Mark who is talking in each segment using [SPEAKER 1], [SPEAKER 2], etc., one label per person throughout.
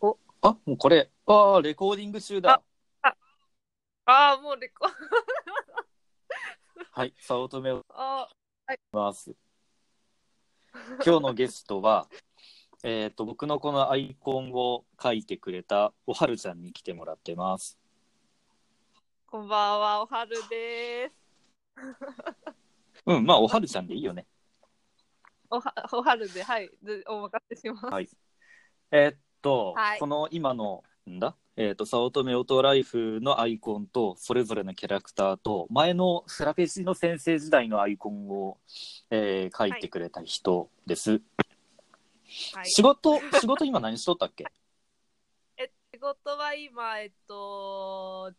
[SPEAKER 1] もうこれ、ああ、レコーディング中だ。
[SPEAKER 2] ああ、もうレコ、
[SPEAKER 1] はい、早乙女を
[SPEAKER 2] あ
[SPEAKER 1] ます。今日のゲストは、えっと、僕のこのアイコンを書いてくれたおはるちゃんに来てもらってます。
[SPEAKER 2] ー、こんばんは、おはるです。
[SPEAKER 1] うん、まあ、おはるちゃんでいいよね。
[SPEAKER 2] おは、おはるで、はい、ずお任せします。
[SPEAKER 1] はいえーっと、
[SPEAKER 2] はい
[SPEAKER 1] この今の、んだえーっと、早乙女オートライフのアイコンと、それぞれのキャラクターと、前のスラペジの先生時代のアイコンを、えー書いてくれた人です。
[SPEAKER 2] はい
[SPEAKER 1] 仕事、仕事今何しとったっけ
[SPEAKER 2] え、仕事は今、えっと、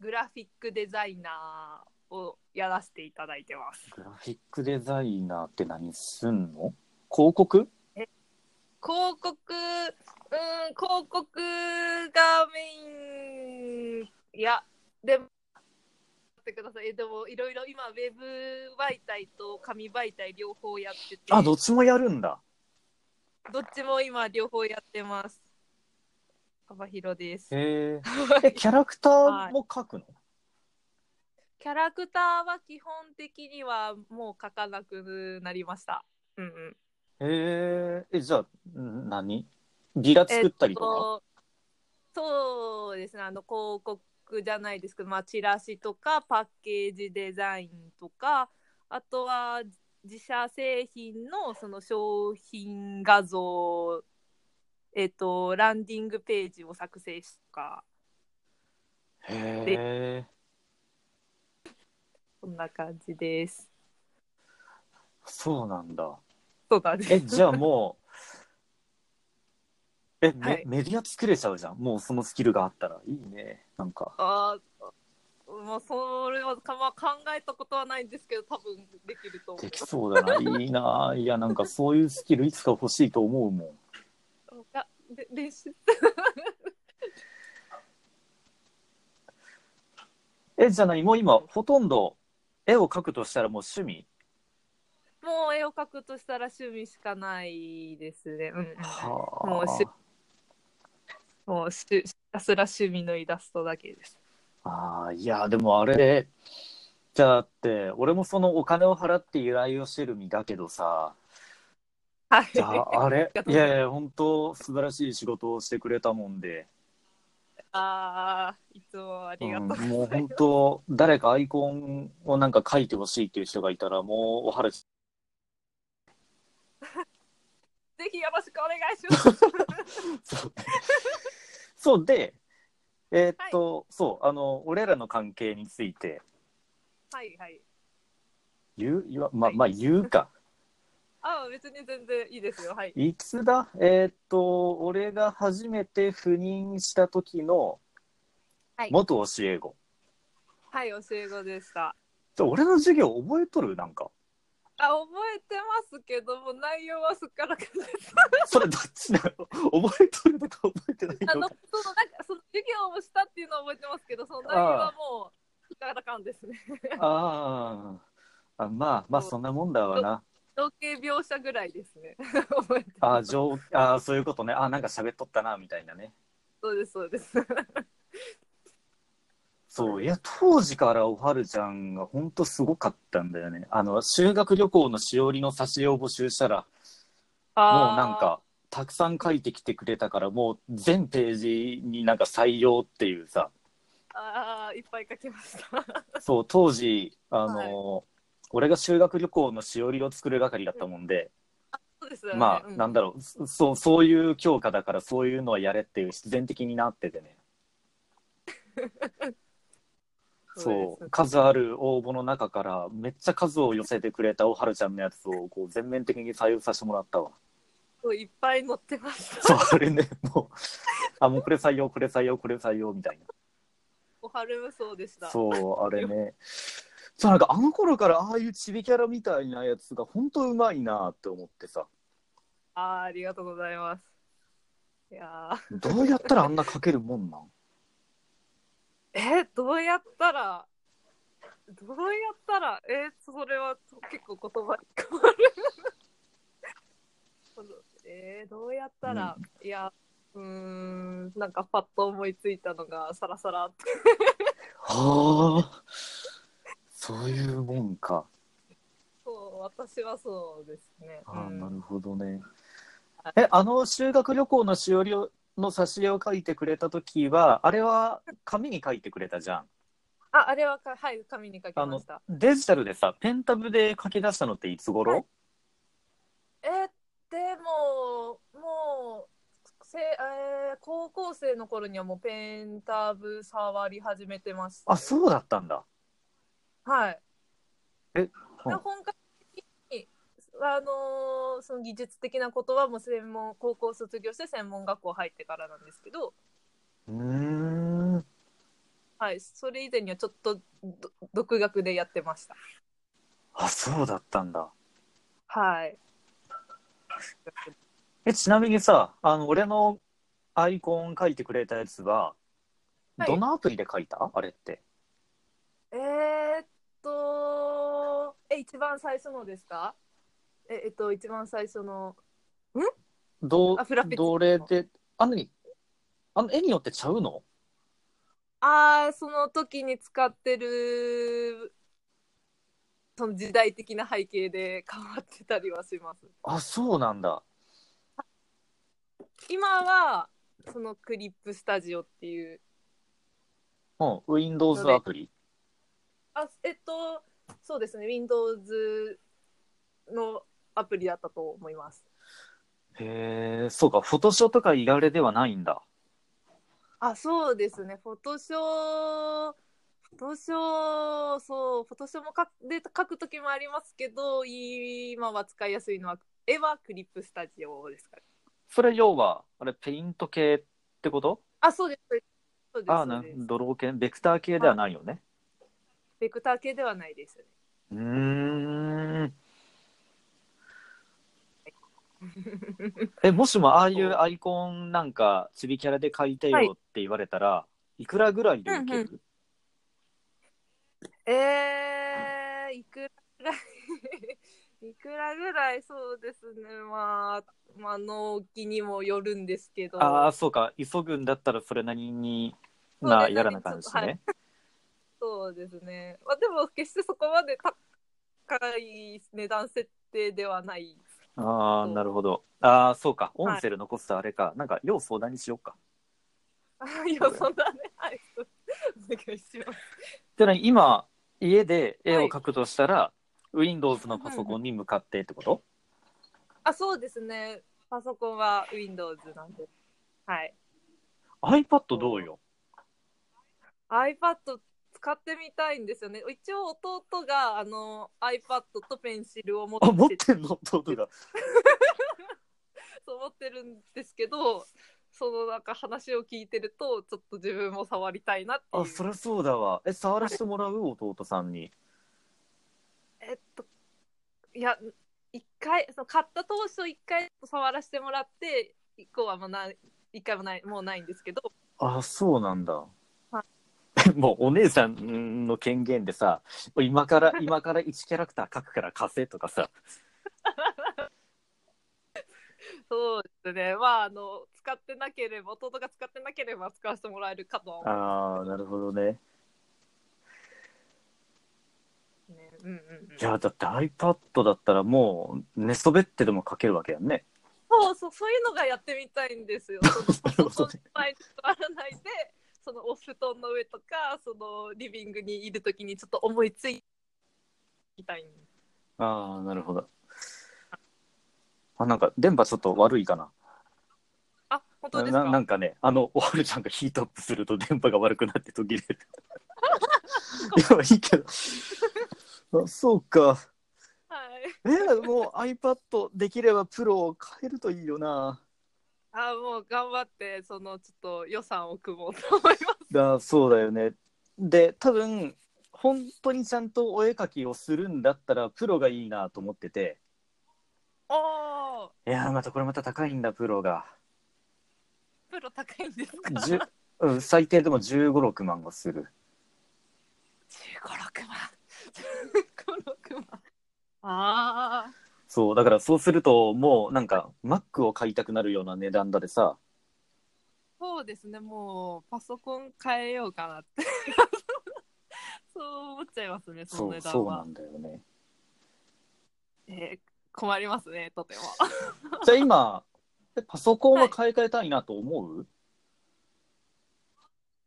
[SPEAKER 2] グラフィックデザイナーをやらせていただいてます。
[SPEAKER 1] グラフィックデザイナーって何すんの広告
[SPEAKER 2] 広告、うん、広告がメイン、いや、でも、待ってください。えでも、いろいろ今、ウェブ媒体と紙媒体両方やってて、
[SPEAKER 1] あ、どっちもやるんだ。
[SPEAKER 2] どっちも今、両方やってます。幅広です。
[SPEAKER 1] へえ。キャラクターも書くの、
[SPEAKER 2] キャラクターは基本的にはもう書かなくなりました。うんうん。
[SPEAKER 1] へえ。え、じゃあ、ん何ビラ作ったりとか、
[SPEAKER 2] えっとそうですね、あの広告じゃないですけど、まあ、チラシとかパッケージデザインとか、あとは自社製品のその商品画像、えっと、ランディングページを作成しとか、
[SPEAKER 1] へえ。
[SPEAKER 2] こんな感じです。
[SPEAKER 1] そうなんだ。
[SPEAKER 2] そうなんです
[SPEAKER 1] え、じゃあも う、え、め
[SPEAKER 2] はい
[SPEAKER 1] メディア作れちゃうじゃん。もうそのスキルがあったら。いいね。なんか。
[SPEAKER 2] あーまあ、それはか、まあ、考えたことはないんですけど、多分できると思
[SPEAKER 1] できそうだな。いい な。いや、なんかそういうスキルいつか欲しいと思うもん。
[SPEAKER 2] う。あで練習
[SPEAKER 1] え、じゃあ何もう今、ほとんど絵を描くとしたらもう趣味
[SPEAKER 2] もう絵を描くとしたら趣味しかないですね。うんうん、
[SPEAKER 1] はあ
[SPEAKER 2] もうしもうしひたすら趣味のイラストだけです。
[SPEAKER 1] ああ、いや、でもあれで、じゃあって、俺もそのお金を払って由来をしてる身だけど さ、
[SPEAKER 2] はい。
[SPEAKER 1] じゃああれ
[SPEAKER 2] ありが、とございま
[SPEAKER 1] いう
[SPEAKER 2] す
[SPEAKER 1] やいや、本当素晴らしい仕事をしてくれたもんで、
[SPEAKER 2] あーいつもありがとうござ
[SPEAKER 1] うん
[SPEAKER 2] い
[SPEAKER 1] もう
[SPEAKER 2] ます。
[SPEAKER 1] 本当誰かアイコンをなんか書いてほしいっていう人がいたら、もうおはるち、
[SPEAKER 2] ぜひよろしくお願いし ます。
[SPEAKER 1] そうそうで、えーっと、そう、あの、俺らの関係について
[SPEAKER 2] はいはい。
[SPEAKER 1] 言う、言わまあ、
[SPEAKER 2] はい
[SPEAKER 1] まあ言うか。
[SPEAKER 2] あ別に全然いいですよ。はい。
[SPEAKER 1] いつだえーっと、俺が初めて赴任した時の
[SPEAKER 2] はい
[SPEAKER 1] 元教え子。
[SPEAKER 2] はい、教え子でした。
[SPEAKER 1] ちょ俺の授業覚えとるなんか。
[SPEAKER 2] あ、覚えてますけども、内容はすっからかんです。
[SPEAKER 1] それどっちだ ろう覚えとるのか覚えてない
[SPEAKER 2] あの、
[SPEAKER 1] のか。
[SPEAKER 2] その、なんか、その授業をしたっていうのは覚えてますけど、その内容はもう、すっからかんです ね。
[SPEAKER 1] あーあ。まあまあそんなもんだわな。
[SPEAKER 2] 情景描写ぐらいですね。 覚えて
[SPEAKER 1] あ
[SPEAKER 2] ま
[SPEAKER 1] ー
[SPEAKER 2] す
[SPEAKER 1] 上あーそういうことね。あーなんか喋っとったなみたいなね。
[SPEAKER 2] そうです、そうです。
[SPEAKER 1] そういや当時からおはるちゃんが本当すごかったんだよね。あの修学旅行のしおりの差し絵を募集したらもうなんかたくさん書いてきてくれたからもう全ページになんか採用っていうさ
[SPEAKER 2] あー。あーいっぱい書きました。
[SPEAKER 1] そう当時あの、俺が修学旅行のしおりを作る係だったもんで、
[SPEAKER 2] そうですよね。
[SPEAKER 1] まあ、
[SPEAKER 2] うん
[SPEAKER 1] なんだろうそそうそういう教科だからそういうのはやれっていう必然的になっててねそう
[SPEAKER 2] です
[SPEAKER 1] 数ある応募の中からめっちゃ数を寄せてくれたおはるちゃんのやつをこう全面的に採用させてもらったわ
[SPEAKER 2] そういっぱい載ってました。
[SPEAKER 1] そうそれねもうあもうこれ採用これ採用これ採用みたいな。
[SPEAKER 2] おはるむそうでした。
[SPEAKER 1] そう、あれね。そうなんかあの頃からああいうチビキャラみたいなやつが本当うまいなって思ってさ
[SPEAKER 2] あーありがとうございます。いやー
[SPEAKER 1] どうやったらあんな描けるもんなん
[SPEAKER 2] え、どうやったら、どうやったら、え、それは結構言葉に変 わる。そのえーどうやったら、いや、うーん、なんかパッと思いついたのがサラサラっと。
[SPEAKER 1] はあ。そういうもんか。
[SPEAKER 2] そう、私はそうですね。
[SPEAKER 1] あー
[SPEAKER 2] うん
[SPEAKER 1] なるほどね。え、あの修学旅行のしおりをの挿絵を描いてくれた時は、あれは紙に描いてくれたじゃん。
[SPEAKER 2] あ、あれはか、はい、紙に書きました。
[SPEAKER 1] デジタルでさ、ペンタブで書き出したのっていつ頃、
[SPEAKER 2] はいえー、でも、もう、せえー高校生の頃にはもうペンタブ触り始めてましたよ。
[SPEAKER 1] あ、そうだったんだ。
[SPEAKER 2] はい。
[SPEAKER 1] えうん
[SPEAKER 2] で本格的に、あのーその技術的なことはもう専門、高校卒業して専門学校入ってからなんですけど、
[SPEAKER 1] うーん。
[SPEAKER 2] はい、それ以前にはちょっとど独学でやってました。
[SPEAKER 1] あ、そうだったんだ。
[SPEAKER 2] はい。
[SPEAKER 1] え、ちなみにさ、あの、俺のアイコン書いてくれたやつは、
[SPEAKER 2] はい
[SPEAKER 1] どのアプリで書いたあれって。
[SPEAKER 2] えー、っと、え、一番最初のですかえ、えっと、一番最初の、
[SPEAKER 1] ど
[SPEAKER 2] あフラペチーノ
[SPEAKER 1] どれで、あのに、あの絵によってちゃうの
[SPEAKER 2] ああ、その時に使ってる、その時代的な背景で変わってたりはします。
[SPEAKER 1] あ、そうなんだ。
[SPEAKER 2] 今は、そのクリップスタジオっていう、
[SPEAKER 1] うん、Windows アプリ。
[SPEAKER 2] あ、えっと、そうですね、Windows のアプリだったと思います。
[SPEAKER 1] へえ、そうか、フォトショーとかいられではないんだ。
[SPEAKER 2] あ、そうですね。フォトショー、フォトショー、そう、フォトショーもかで書くときもありますけど、今は使いやすいのは、絵はクリップスタジオですかね。
[SPEAKER 1] それ要は、あれ、ペイント系ってこと
[SPEAKER 2] あ、そうです。そうです。
[SPEAKER 1] あ
[SPEAKER 2] そ
[SPEAKER 1] あ、
[SPEAKER 2] う
[SPEAKER 1] な
[SPEAKER 2] です
[SPEAKER 1] ドロー系、ベクター系ではないよね。
[SPEAKER 2] ベクター系ではないですね。
[SPEAKER 1] うーん。え、もしもああいうアイコンなんか、ちびキャラで書いてよって言われたら、い、くらぐらいで受ける、
[SPEAKER 2] えー、いくらぐらい いくらぐらいそうですね。まあ、まあ、納期にもよるんですけど。
[SPEAKER 1] ああ、そうか、急ぐんだったらそれなりに
[SPEAKER 2] そう
[SPEAKER 1] な、
[SPEAKER 2] ね
[SPEAKER 1] やらな感じ
[SPEAKER 2] は
[SPEAKER 1] ね
[SPEAKER 2] い。そうですね。まあ、でも、決してそこまで高い値段設定ではない。
[SPEAKER 1] ああ、
[SPEAKER 2] そう
[SPEAKER 1] なるほど。ああ、そうか、
[SPEAKER 2] は
[SPEAKER 1] オ
[SPEAKER 2] い
[SPEAKER 1] ンセル残すとあれか、なんか、要相談にしようか。
[SPEAKER 2] あいや、そんなね。はい。お願いします。
[SPEAKER 1] で、ね、今、家で絵を描くとしたら、Windows のパソコンに向かってってこと、
[SPEAKER 2] あ、そうですね。パソコンは Windows なんで。はい。
[SPEAKER 1] iPad どうよ
[SPEAKER 2] iPad 使ってみたいんですよね。一応、弟が、あの、iPad とペンシルを持って
[SPEAKER 1] あ、
[SPEAKER 2] て
[SPEAKER 1] 持ってんの弟が。
[SPEAKER 2] そう思ってるんですけど、そのなんか話を聞いてると、ちょっと自分も触りたいなっていう。
[SPEAKER 1] あ、そりゃそうだわ。え、触らせてもらう弟さんに。
[SPEAKER 2] えっと、いや、一回、その買った当初一回触らせてもらって、以降はもうない、一回もない、もうないんですけど、
[SPEAKER 1] あ、そうなんだ
[SPEAKER 2] は。
[SPEAKER 1] もうお姉さんの権限でさ、今 から、今から1キャラクター描くから貸せとかさ。
[SPEAKER 2] そうですね。まあ、あの、使ってなければ、弟が使ってなければ使わせてもらえるかとは思
[SPEAKER 1] ああ、なるほどね。
[SPEAKER 2] うんですね。うんうんうん。
[SPEAKER 1] いや、だって iPad だったらもう寝そべってでも描けるわけやんね。
[SPEAKER 2] そうそう、そういうのがやってみたいんですよ。その
[SPEAKER 1] そ
[SPEAKER 2] 布団
[SPEAKER 1] う
[SPEAKER 2] に座らないで、そのお布団の上とか、そのリビングにいるときにちょっと思いついたいん
[SPEAKER 1] ああ、なるほど。あ、なんか電波ちょっと悪いかな。
[SPEAKER 2] あ、本当です
[SPEAKER 1] なな
[SPEAKER 2] か
[SPEAKER 1] んかね、あの、おはるちゃんがヒートアップすると電波が悪くなって途切 れる。いや、いいけど。あそうか。
[SPEAKER 2] はい。
[SPEAKER 1] え、もう iPad できればプロを変えるといいよな。
[SPEAKER 2] あ、もう頑張って、そのちょっと予算を組もうと思います。
[SPEAKER 1] だそうだよね。で、多分、本当にちゃんとお絵描きをするんだったらプロがいいなと思ってて。
[SPEAKER 2] おお、
[SPEAKER 1] いやー、またこれまた高いんだ、プロが。
[SPEAKER 2] プロ高いんですか。
[SPEAKER 1] じゅうん、最低でも15、6万はする。
[SPEAKER 2] 十五六万。十五六万。ああ、
[SPEAKER 1] そう、だからそうすると、もうなんか、Mac を買いたくなるような値段だでさ、
[SPEAKER 2] そうですね、もうパソコン変えようかなって。 そう思っちゃいますね、その
[SPEAKER 1] そう
[SPEAKER 2] 値
[SPEAKER 1] そ
[SPEAKER 2] 段
[SPEAKER 1] うな
[SPEAKER 2] は。
[SPEAKER 1] んだよね。
[SPEAKER 2] えー困りますね、とても。
[SPEAKER 1] じゃあ今、えパソコンは買い替えたいなと思う、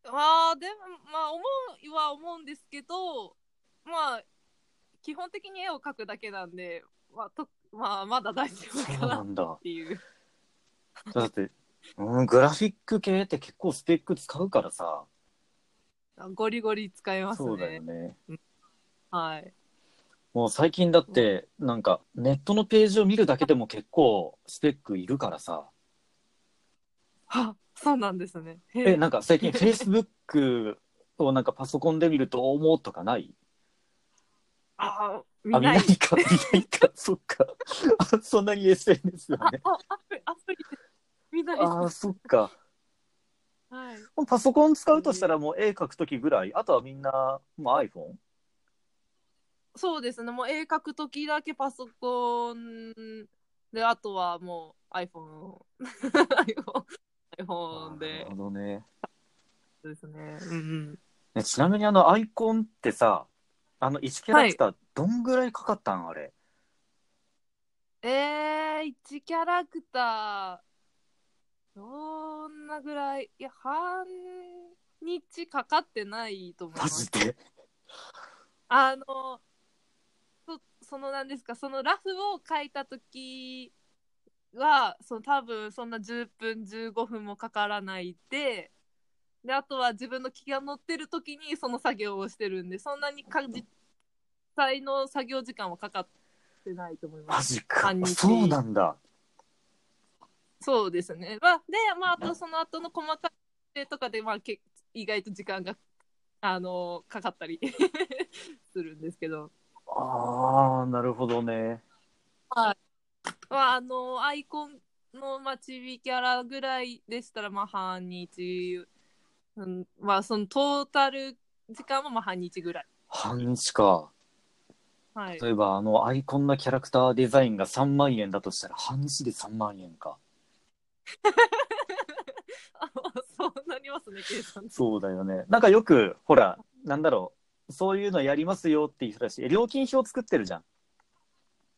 [SPEAKER 2] まあでもまあ思うは思うんですけどまあ基本的に絵を描くだけなんで、まあ、とまあまだ大丈夫
[SPEAKER 1] そ
[SPEAKER 2] か
[SPEAKER 1] う
[SPEAKER 2] な
[SPEAKER 1] な
[SPEAKER 2] っ
[SPEAKER 1] んだ。
[SPEAKER 2] ていう
[SPEAKER 1] だって、うん、グラフィック系って結構スペック使うからさ。
[SPEAKER 2] ゴリゴリ使えます
[SPEAKER 1] そうだ
[SPEAKER 2] ね
[SPEAKER 1] よね。
[SPEAKER 2] はい
[SPEAKER 1] もう最近だって、なんか、ネットのページを見るだけでも結構スペックいるからさ。
[SPEAKER 2] あそうなんですねへ
[SPEAKER 1] え、なんか最近 Facebook をなんかパソコンで見ると思うとかない
[SPEAKER 2] あ見
[SPEAKER 1] あ、見
[SPEAKER 2] な
[SPEAKER 1] ないいか、見ないか、そっか。あそんなに SNS
[SPEAKER 2] あ
[SPEAKER 1] はね。
[SPEAKER 2] あアプリアプリで見ないです
[SPEAKER 1] ああ、そっか。
[SPEAKER 2] はい
[SPEAKER 1] もうパソコン使うとしたらもう絵描くときぐらい、あとはみんな、もう iPhone?
[SPEAKER 2] そうですねもう絵描く時だけパソコンであとはもう iPhone iPhone iPhone
[SPEAKER 1] な
[SPEAKER 2] で
[SPEAKER 1] るほどね。
[SPEAKER 2] そうですねうんうん
[SPEAKER 1] ねちなみにあのアイコンってさ、あの1キャラクターどんぐらいかかったんあれ。
[SPEAKER 2] えー、1キャラクター、どんなぐらい、いや、半日かかってないと思いま
[SPEAKER 1] マ
[SPEAKER 2] す
[SPEAKER 1] ジ。で。
[SPEAKER 2] あの、そそのなんですか、そのラフを書いたときは、その多分そんな10分、15分もかからないで、で、あとは自分の気が乗ってるときにその作業をしてるんで、そんなにか実際の作業時間はかかってないと思います
[SPEAKER 1] マ。ジか
[SPEAKER 2] 半。日
[SPEAKER 1] そうなんだ。
[SPEAKER 2] そうですね。まあ、で、まあ、あとその後の細かい予定とかで、まあ、け意外と時間が、あのかかったり するんですけど、
[SPEAKER 1] ああ、なるほどね。
[SPEAKER 2] まあ、あのアイコンの待ち引キャラぐらいでしたら、まあ、半日、うん、まあ、そのトータル時間はまあ半日ぐらい。
[SPEAKER 1] 半日か。
[SPEAKER 2] はい。
[SPEAKER 1] 例えばあのアイコンのキャラクターデザインが3万円だとしたら半日で3万円か。
[SPEAKER 2] あ そうなりますね、計算。
[SPEAKER 1] そうだよね。なんかよく、ほら、なんだろう。そういうのやりますよっていう人だし、料金表作ってるじゃん。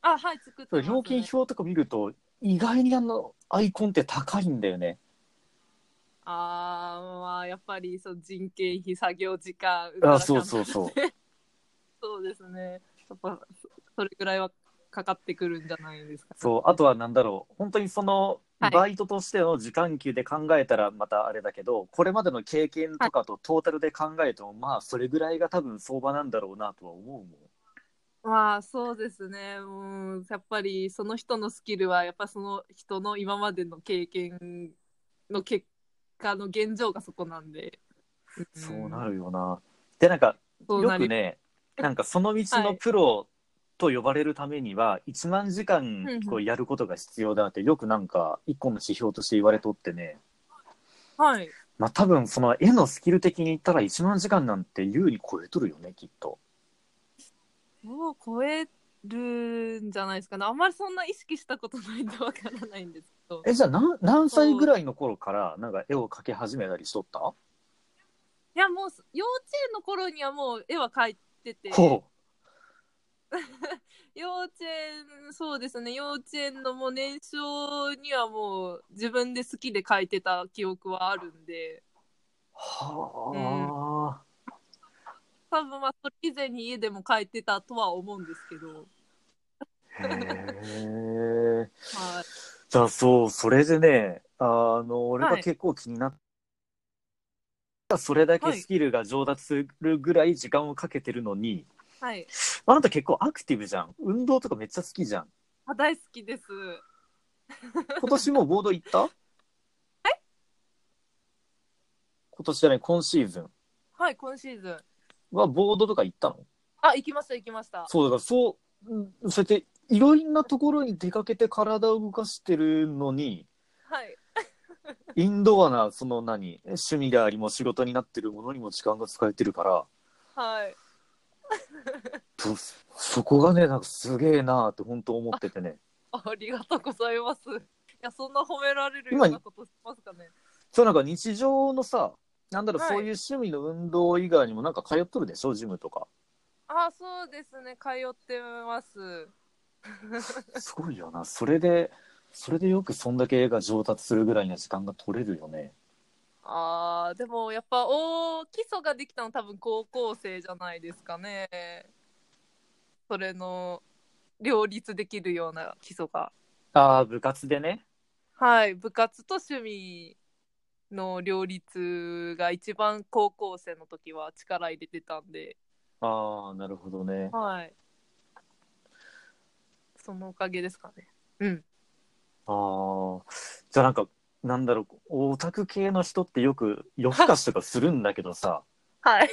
[SPEAKER 2] あ、はい、作って
[SPEAKER 1] そ
[SPEAKER 2] ま
[SPEAKER 1] う
[SPEAKER 2] す、ね。
[SPEAKER 1] 料金表とか見ると、意外にあの、アイコンって高いんだよね。
[SPEAKER 2] あーまあ、やっぱり、そう、人件費、作業時間、
[SPEAKER 1] あそうそうそう。
[SPEAKER 2] そうですね。やっぱそれぐらいはかかってくるんじゃないですか、
[SPEAKER 1] そう、あとはなんだろう。本当にその、
[SPEAKER 2] はい
[SPEAKER 1] バイトとしての時間給で考えたらまたあれだけど、これまでの経験とかとトータルで考えても、まあ、それぐらいが多分相場なんだろうなとは思うもん。
[SPEAKER 2] まあそうですね。うん、やっぱりその人のスキルはやっぱその人の今までの経験の結果の現状がそこなんで。
[SPEAKER 1] そうな
[SPEAKER 2] る。
[SPEAKER 1] るよな。で、なんか、
[SPEAKER 2] そう
[SPEAKER 1] よ
[SPEAKER 2] な
[SPEAKER 1] く
[SPEAKER 2] り。
[SPEAKER 1] ね、なんかその道
[SPEAKER 2] は
[SPEAKER 1] の
[SPEAKER 2] い
[SPEAKER 1] プロと呼ばれるためには、1万時間
[SPEAKER 2] うんうん
[SPEAKER 1] こうやることが必要だって、よくなんか、一個の指標として言われとってね、
[SPEAKER 2] はい。
[SPEAKER 1] まあ多分その絵のスキル的に言ったら1万時間なんて優に超えとるよね、きっと。
[SPEAKER 2] もう超えるんじゃないですかね。あんまりそんな意識したことないんでわからないんですけど。
[SPEAKER 1] え、じゃあ何、何歳ぐらいの頃から、なんか絵を描き始めたりしとった
[SPEAKER 2] いやもう幼稚園の頃にはもう絵は描いてて。
[SPEAKER 1] ほ
[SPEAKER 2] 幼稚園そうですね幼稚園のもう年少にはもう自分で好きで描いてた記憶はあるんで
[SPEAKER 1] う。はあ、
[SPEAKER 2] 多分まあそれ以前に家でも描いてたとは思うんですけど、
[SPEAKER 1] へえ。
[SPEAKER 2] はい、
[SPEAKER 1] じゃあそう、それでね、あの、俺が
[SPEAKER 2] はい
[SPEAKER 1] 結構気になった。それだけスキルが上達するぐらい時間をかけてるのに、
[SPEAKER 2] はい、
[SPEAKER 1] あなた結構アクティブじゃん。運動とかめっちゃ好きじゃん。
[SPEAKER 2] あ大好きです
[SPEAKER 1] 今年もうボード行った今年じゃない、今シーズン
[SPEAKER 2] はい今シーズン
[SPEAKER 1] はボードとか行ったの
[SPEAKER 2] あ行きました行きました
[SPEAKER 1] そうだからそううんそうやっていろんなところに出かけて体を動かしてるのに
[SPEAKER 2] はい
[SPEAKER 1] インドアなその何趣味でありも仕事になってるものにも時間が使えてるから
[SPEAKER 2] はい
[SPEAKER 1] とそこがねなんかすげえなーって本当思っててね
[SPEAKER 2] ありがとうございますいやそんな褒められるよ
[SPEAKER 1] 今
[SPEAKER 2] うなことしますかね
[SPEAKER 1] そうなんか日常のさなんだろう、
[SPEAKER 2] はい
[SPEAKER 1] そういう趣味の運動以外にもなんか通っとるでしょジムとか
[SPEAKER 2] あそうですね通ってます
[SPEAKER 1] すごいよなそれでそれでよくそんだけ絵が上達するぐらいの時間が取れるよね
[SPEAKER 2] あーでもやっぱお基礎ができたの多分高校生じゃないですかねそれの両立できるような基礎が
[SPEAKER 1] ああ部活でね
[SPEAKER 2] はい部活と趣味の両立が一番高校生の時は力入れてたんで
[SPEAKER 1] ああなるほどね
[SPEAKER 2] はいそのおかげですかねうん
[SPEAKER 1] ああじゃあなんかなんだろうオタク系の人ってよく夜更かしとかするんだけど さ
[SPEAKER 2] はい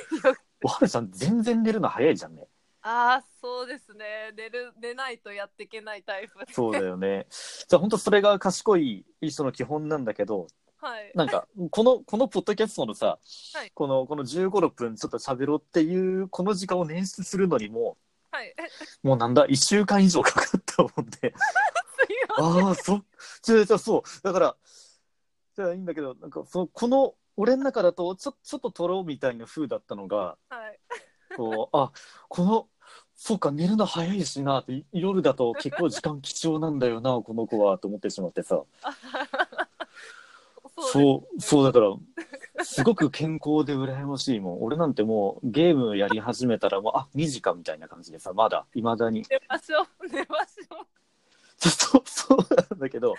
[SPEAKER 1] おはるさん全然寝るの早いじゃんね
[SPEAKER 2] ああそうですね寝る寝ないとやっていけないタイプで
[SPEAKER 1] そうだよねじゃあ本当それが賢い人の基本なんだけど
[SPEAKER 2] はい
[SPEAKER 1] なんか、この、このポッドキャストのさ、
[SPEAKER 2] はい
[SPEAKER 1] この、この15、6分ちょっと喋ろうっていう、この時間を捻出するのにも
[SPEAKER 2] はい
[SPEAKER 1] う、もうなんだ、1週間以上かかったもんで、
[SPEAKER 2] すいま
[SPEAKER 1] ああ、そ、じゃあ、じゃあそう、だから、じゃあいいんだけど、なんか、その、この、俺の中だと、ちょ、ちょっと撮ろうみたいな風だったのが、
[SPEAKER 2] せんはい
[SPEAKER 1] こう、あ、この、そうか、寝るの早いしなって、い夜だと結構時間貴重なんだよな、この子は、と思ってしまってさ。
[SPEAKER 2] う
[SPEAKER 1] そう、そうだから、すごく健康で羨ましいもん。俺なんてもうゲームやり始めたらもう、あ、2時かみたいな感じでさ、まだ、いまだに。
[SPEAKER 2] 寝ましょう寝ましょう
[SPEAKER 1] そう、そうなんだけど、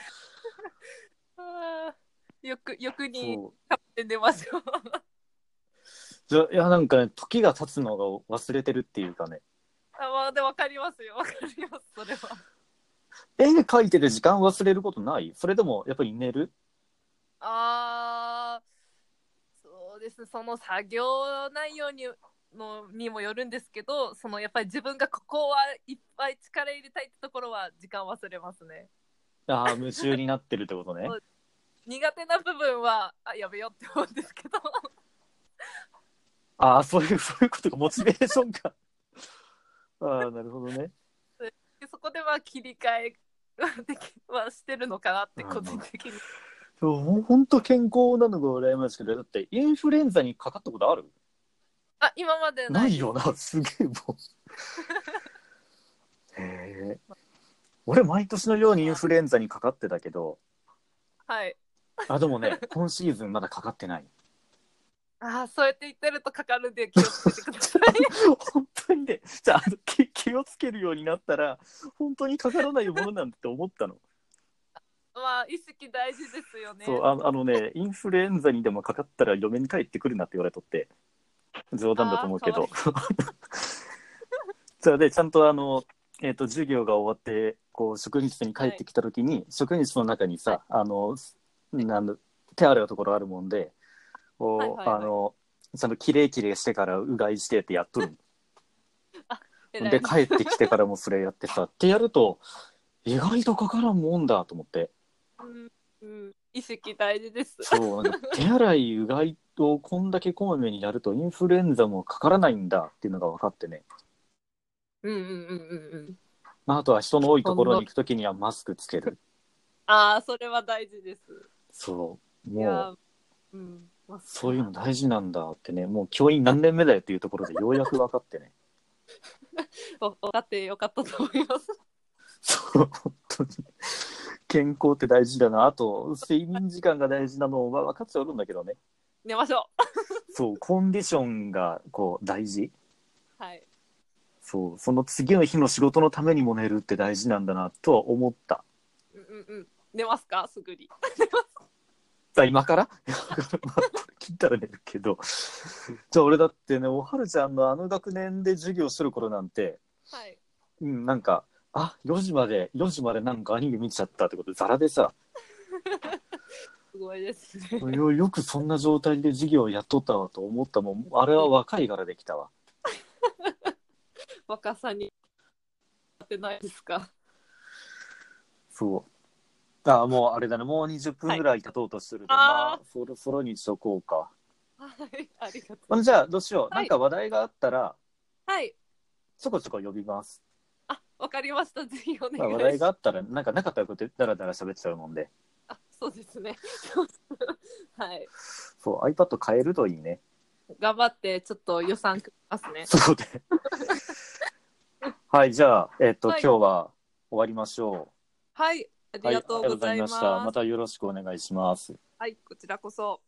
[SPEAKER 2] あーよくよくに
[SPEAKER 1] そう。
[SPEAKER 2] 買って寝ましょう
[SPEAKER 1] じゃいや、なんかね、時が経つのを忘れてるっていうかね、
[SPEAKER 2] あまあでわかりますよわかりますそれは
[SPEAKER 1] 絵描いてる時間忘れることないそれでも、やっぱり寝る
[SPEAKER 2] あーそうですねその作業内容にのにもよるんですけどそのやっぱり自分がここはいっぱい力入れたいってところは時間忘れますね
[SPEAKER 1] ああ、夢中になってるってこと ね
[SPEAKER 2] そ。う苦手な部分はあやめようって思うんですけど
[SPEAKER 1] ああ、そういう、そういうことがモチベーションか。 ああ、なるほどね。
[SPEAKER 2] そこでは切り替えはできはしてるのかなって個人的に
[SPEAKER 1] そうほんほんと健康なのが羨ましくて、だってインフルエンザにかかったことある
[SPEAKER 2] あ今までない
[SPEAKER 1] ないよな、すげえもう。へえ。俺、毎年のようにインフルエンザにかかってたけど、
[SPEAKER 2] はい
[SPEAKER 1] あ、でもね、今シーズンまだかかってない。
[SPEAKER 2] ああ、そうやって言ってるとかかるんで気をつけてくだ さい。
[SPEAKER 1] 本当にね、じゃああの気、気をつけるようになったら、本当にかからないものなんて思ったの。
[SPEAKER 2] まあ、意識大事ですよね。
[SPEAKER 1] そうあ、あのね、インフルエンザにでもかかったら嫁に帰ってくるなって言われとって、冗談だと思うけど。 それで、ちゃんとあの、えっ、と、授業が終わって、こう、職員室に帰ってきた時に、職員室の中にさ、あの、なんだ手洗うところあるもんで、こう、
[SPEAKER 2] はいはいはい
[SPEAKER 1] あの、ちゃんときれいきれいしてからうがいしてってやっとる
[SPEAKER 2] 偉
[SPEAKER 1] ん
[SPEAKER 2] い
[SPEAKER 1] で、帰ってきてからもそれやってさ、ってやると、意外とかからんもんだと思って。
[SPEAKER 2] うんうん、意識大事です。
[SPEAKER 1] そう、な んか手洗い、うがいをこんだけこまめにやるとインフルエンザもかからないんだっていうのが分かってね。
[SPEAKER 2] うんうんうんうんうん。
[SPEAKER 1] まあ、あとは人の多いところに行くときにはマスクつける。
[SPEAKER 2] ああ、それは大事です。
[SPEAKER 1] そう。
[SPEAKER 2] いや
[SPEAKER 1] もう、、
[SPEAKER 2] うん。まあ
[SPEAKER 1] そういうの大事なんだってね、もう教員何年目だよっていうところでようやく分かってね。
[SPEAKER 2] わ分かってよかったと思います。
[SPEAKER 1] そう、本当に。健康って大事だな。あと、睡眠時間が大事なのは分かっちゃうんだけどね。
[SPEAKER 2] 寝ましょ
[SPEAKER 1] そう、コンディションがこう大事。
[SPEAKER 2] う。はい。
[SPEAKER 1] そう、その次の日の仕事のためにも寝るって大事なんだなとは思った。
[SPEAKER 2] うんうんうん。寝ますかすぐに。
[SPEAKER 1] じゃあ今から まあ切ったら寝るけどじゃあ俺だってねおはるちゃんのあの学年で授業する頃なんて、
[SPEAKER 2] はい。
[SPEAKER 1] うん、なんかあ4時まで4時までなんかアニメ見ちゃったってことザラでさ
[SPEAKER 2] すごいですね。
[SPEAKER 1] よよくそんな状態で授業やっとったわと思ったもんあれは若いからできたわ
[SPEAKER 2] 若さに当てないですか。
[SPEAKER 1] そうあもうあれだねもう20分ぐらい経とうとするで、
[SPEAKER 2] はい
[SPEAKER 1] ま
[SPEAKER 2] あ
[SPEAKER 1] あそろそろにしとこうか
[SPEAKER 2] はい。ありがとう。
[SPEAKER 1] あのじゃあどうしよう、
[SPEAKER 2] はい
[SPEAKER 1] なんか話題があったら
[SPEAKER 2] はい。
[SPEAKER 1] ちょこちょこ呼びます、
[SPEAKER 2] あ、わかりました。ぜひお願いし
[SPEAKER 1] ま
[SPEAKER 2] ま
[SPEAKER 1] あ、
[SPEAKER 2] す。
[SPEAKER 1] 話題があったらなんかなかったらこうやってダラダラ喋っちゃうもんで
[SPEAKER 2] あそうですね。 はい。
[SPEAKER 1] そう、iPad 買えるといいね。
[SPEAKER 2] 頑張って、ちょっと予算組みますね。
[SPEAKER 1] そうで。はい、じゃあ、えっと、
[SPEAKER 2] はい
[SPEAKER 1] 今日は終わりましょ
[SPEAKER 2] はい。あ
[SPEAKER 1] う。は
[SPEAKER 2] りがとうございます。
[SPEAKER 1] ありがとうございました。またよろしくお願いします。
[SPEAKER 2] はい、こちらこそ。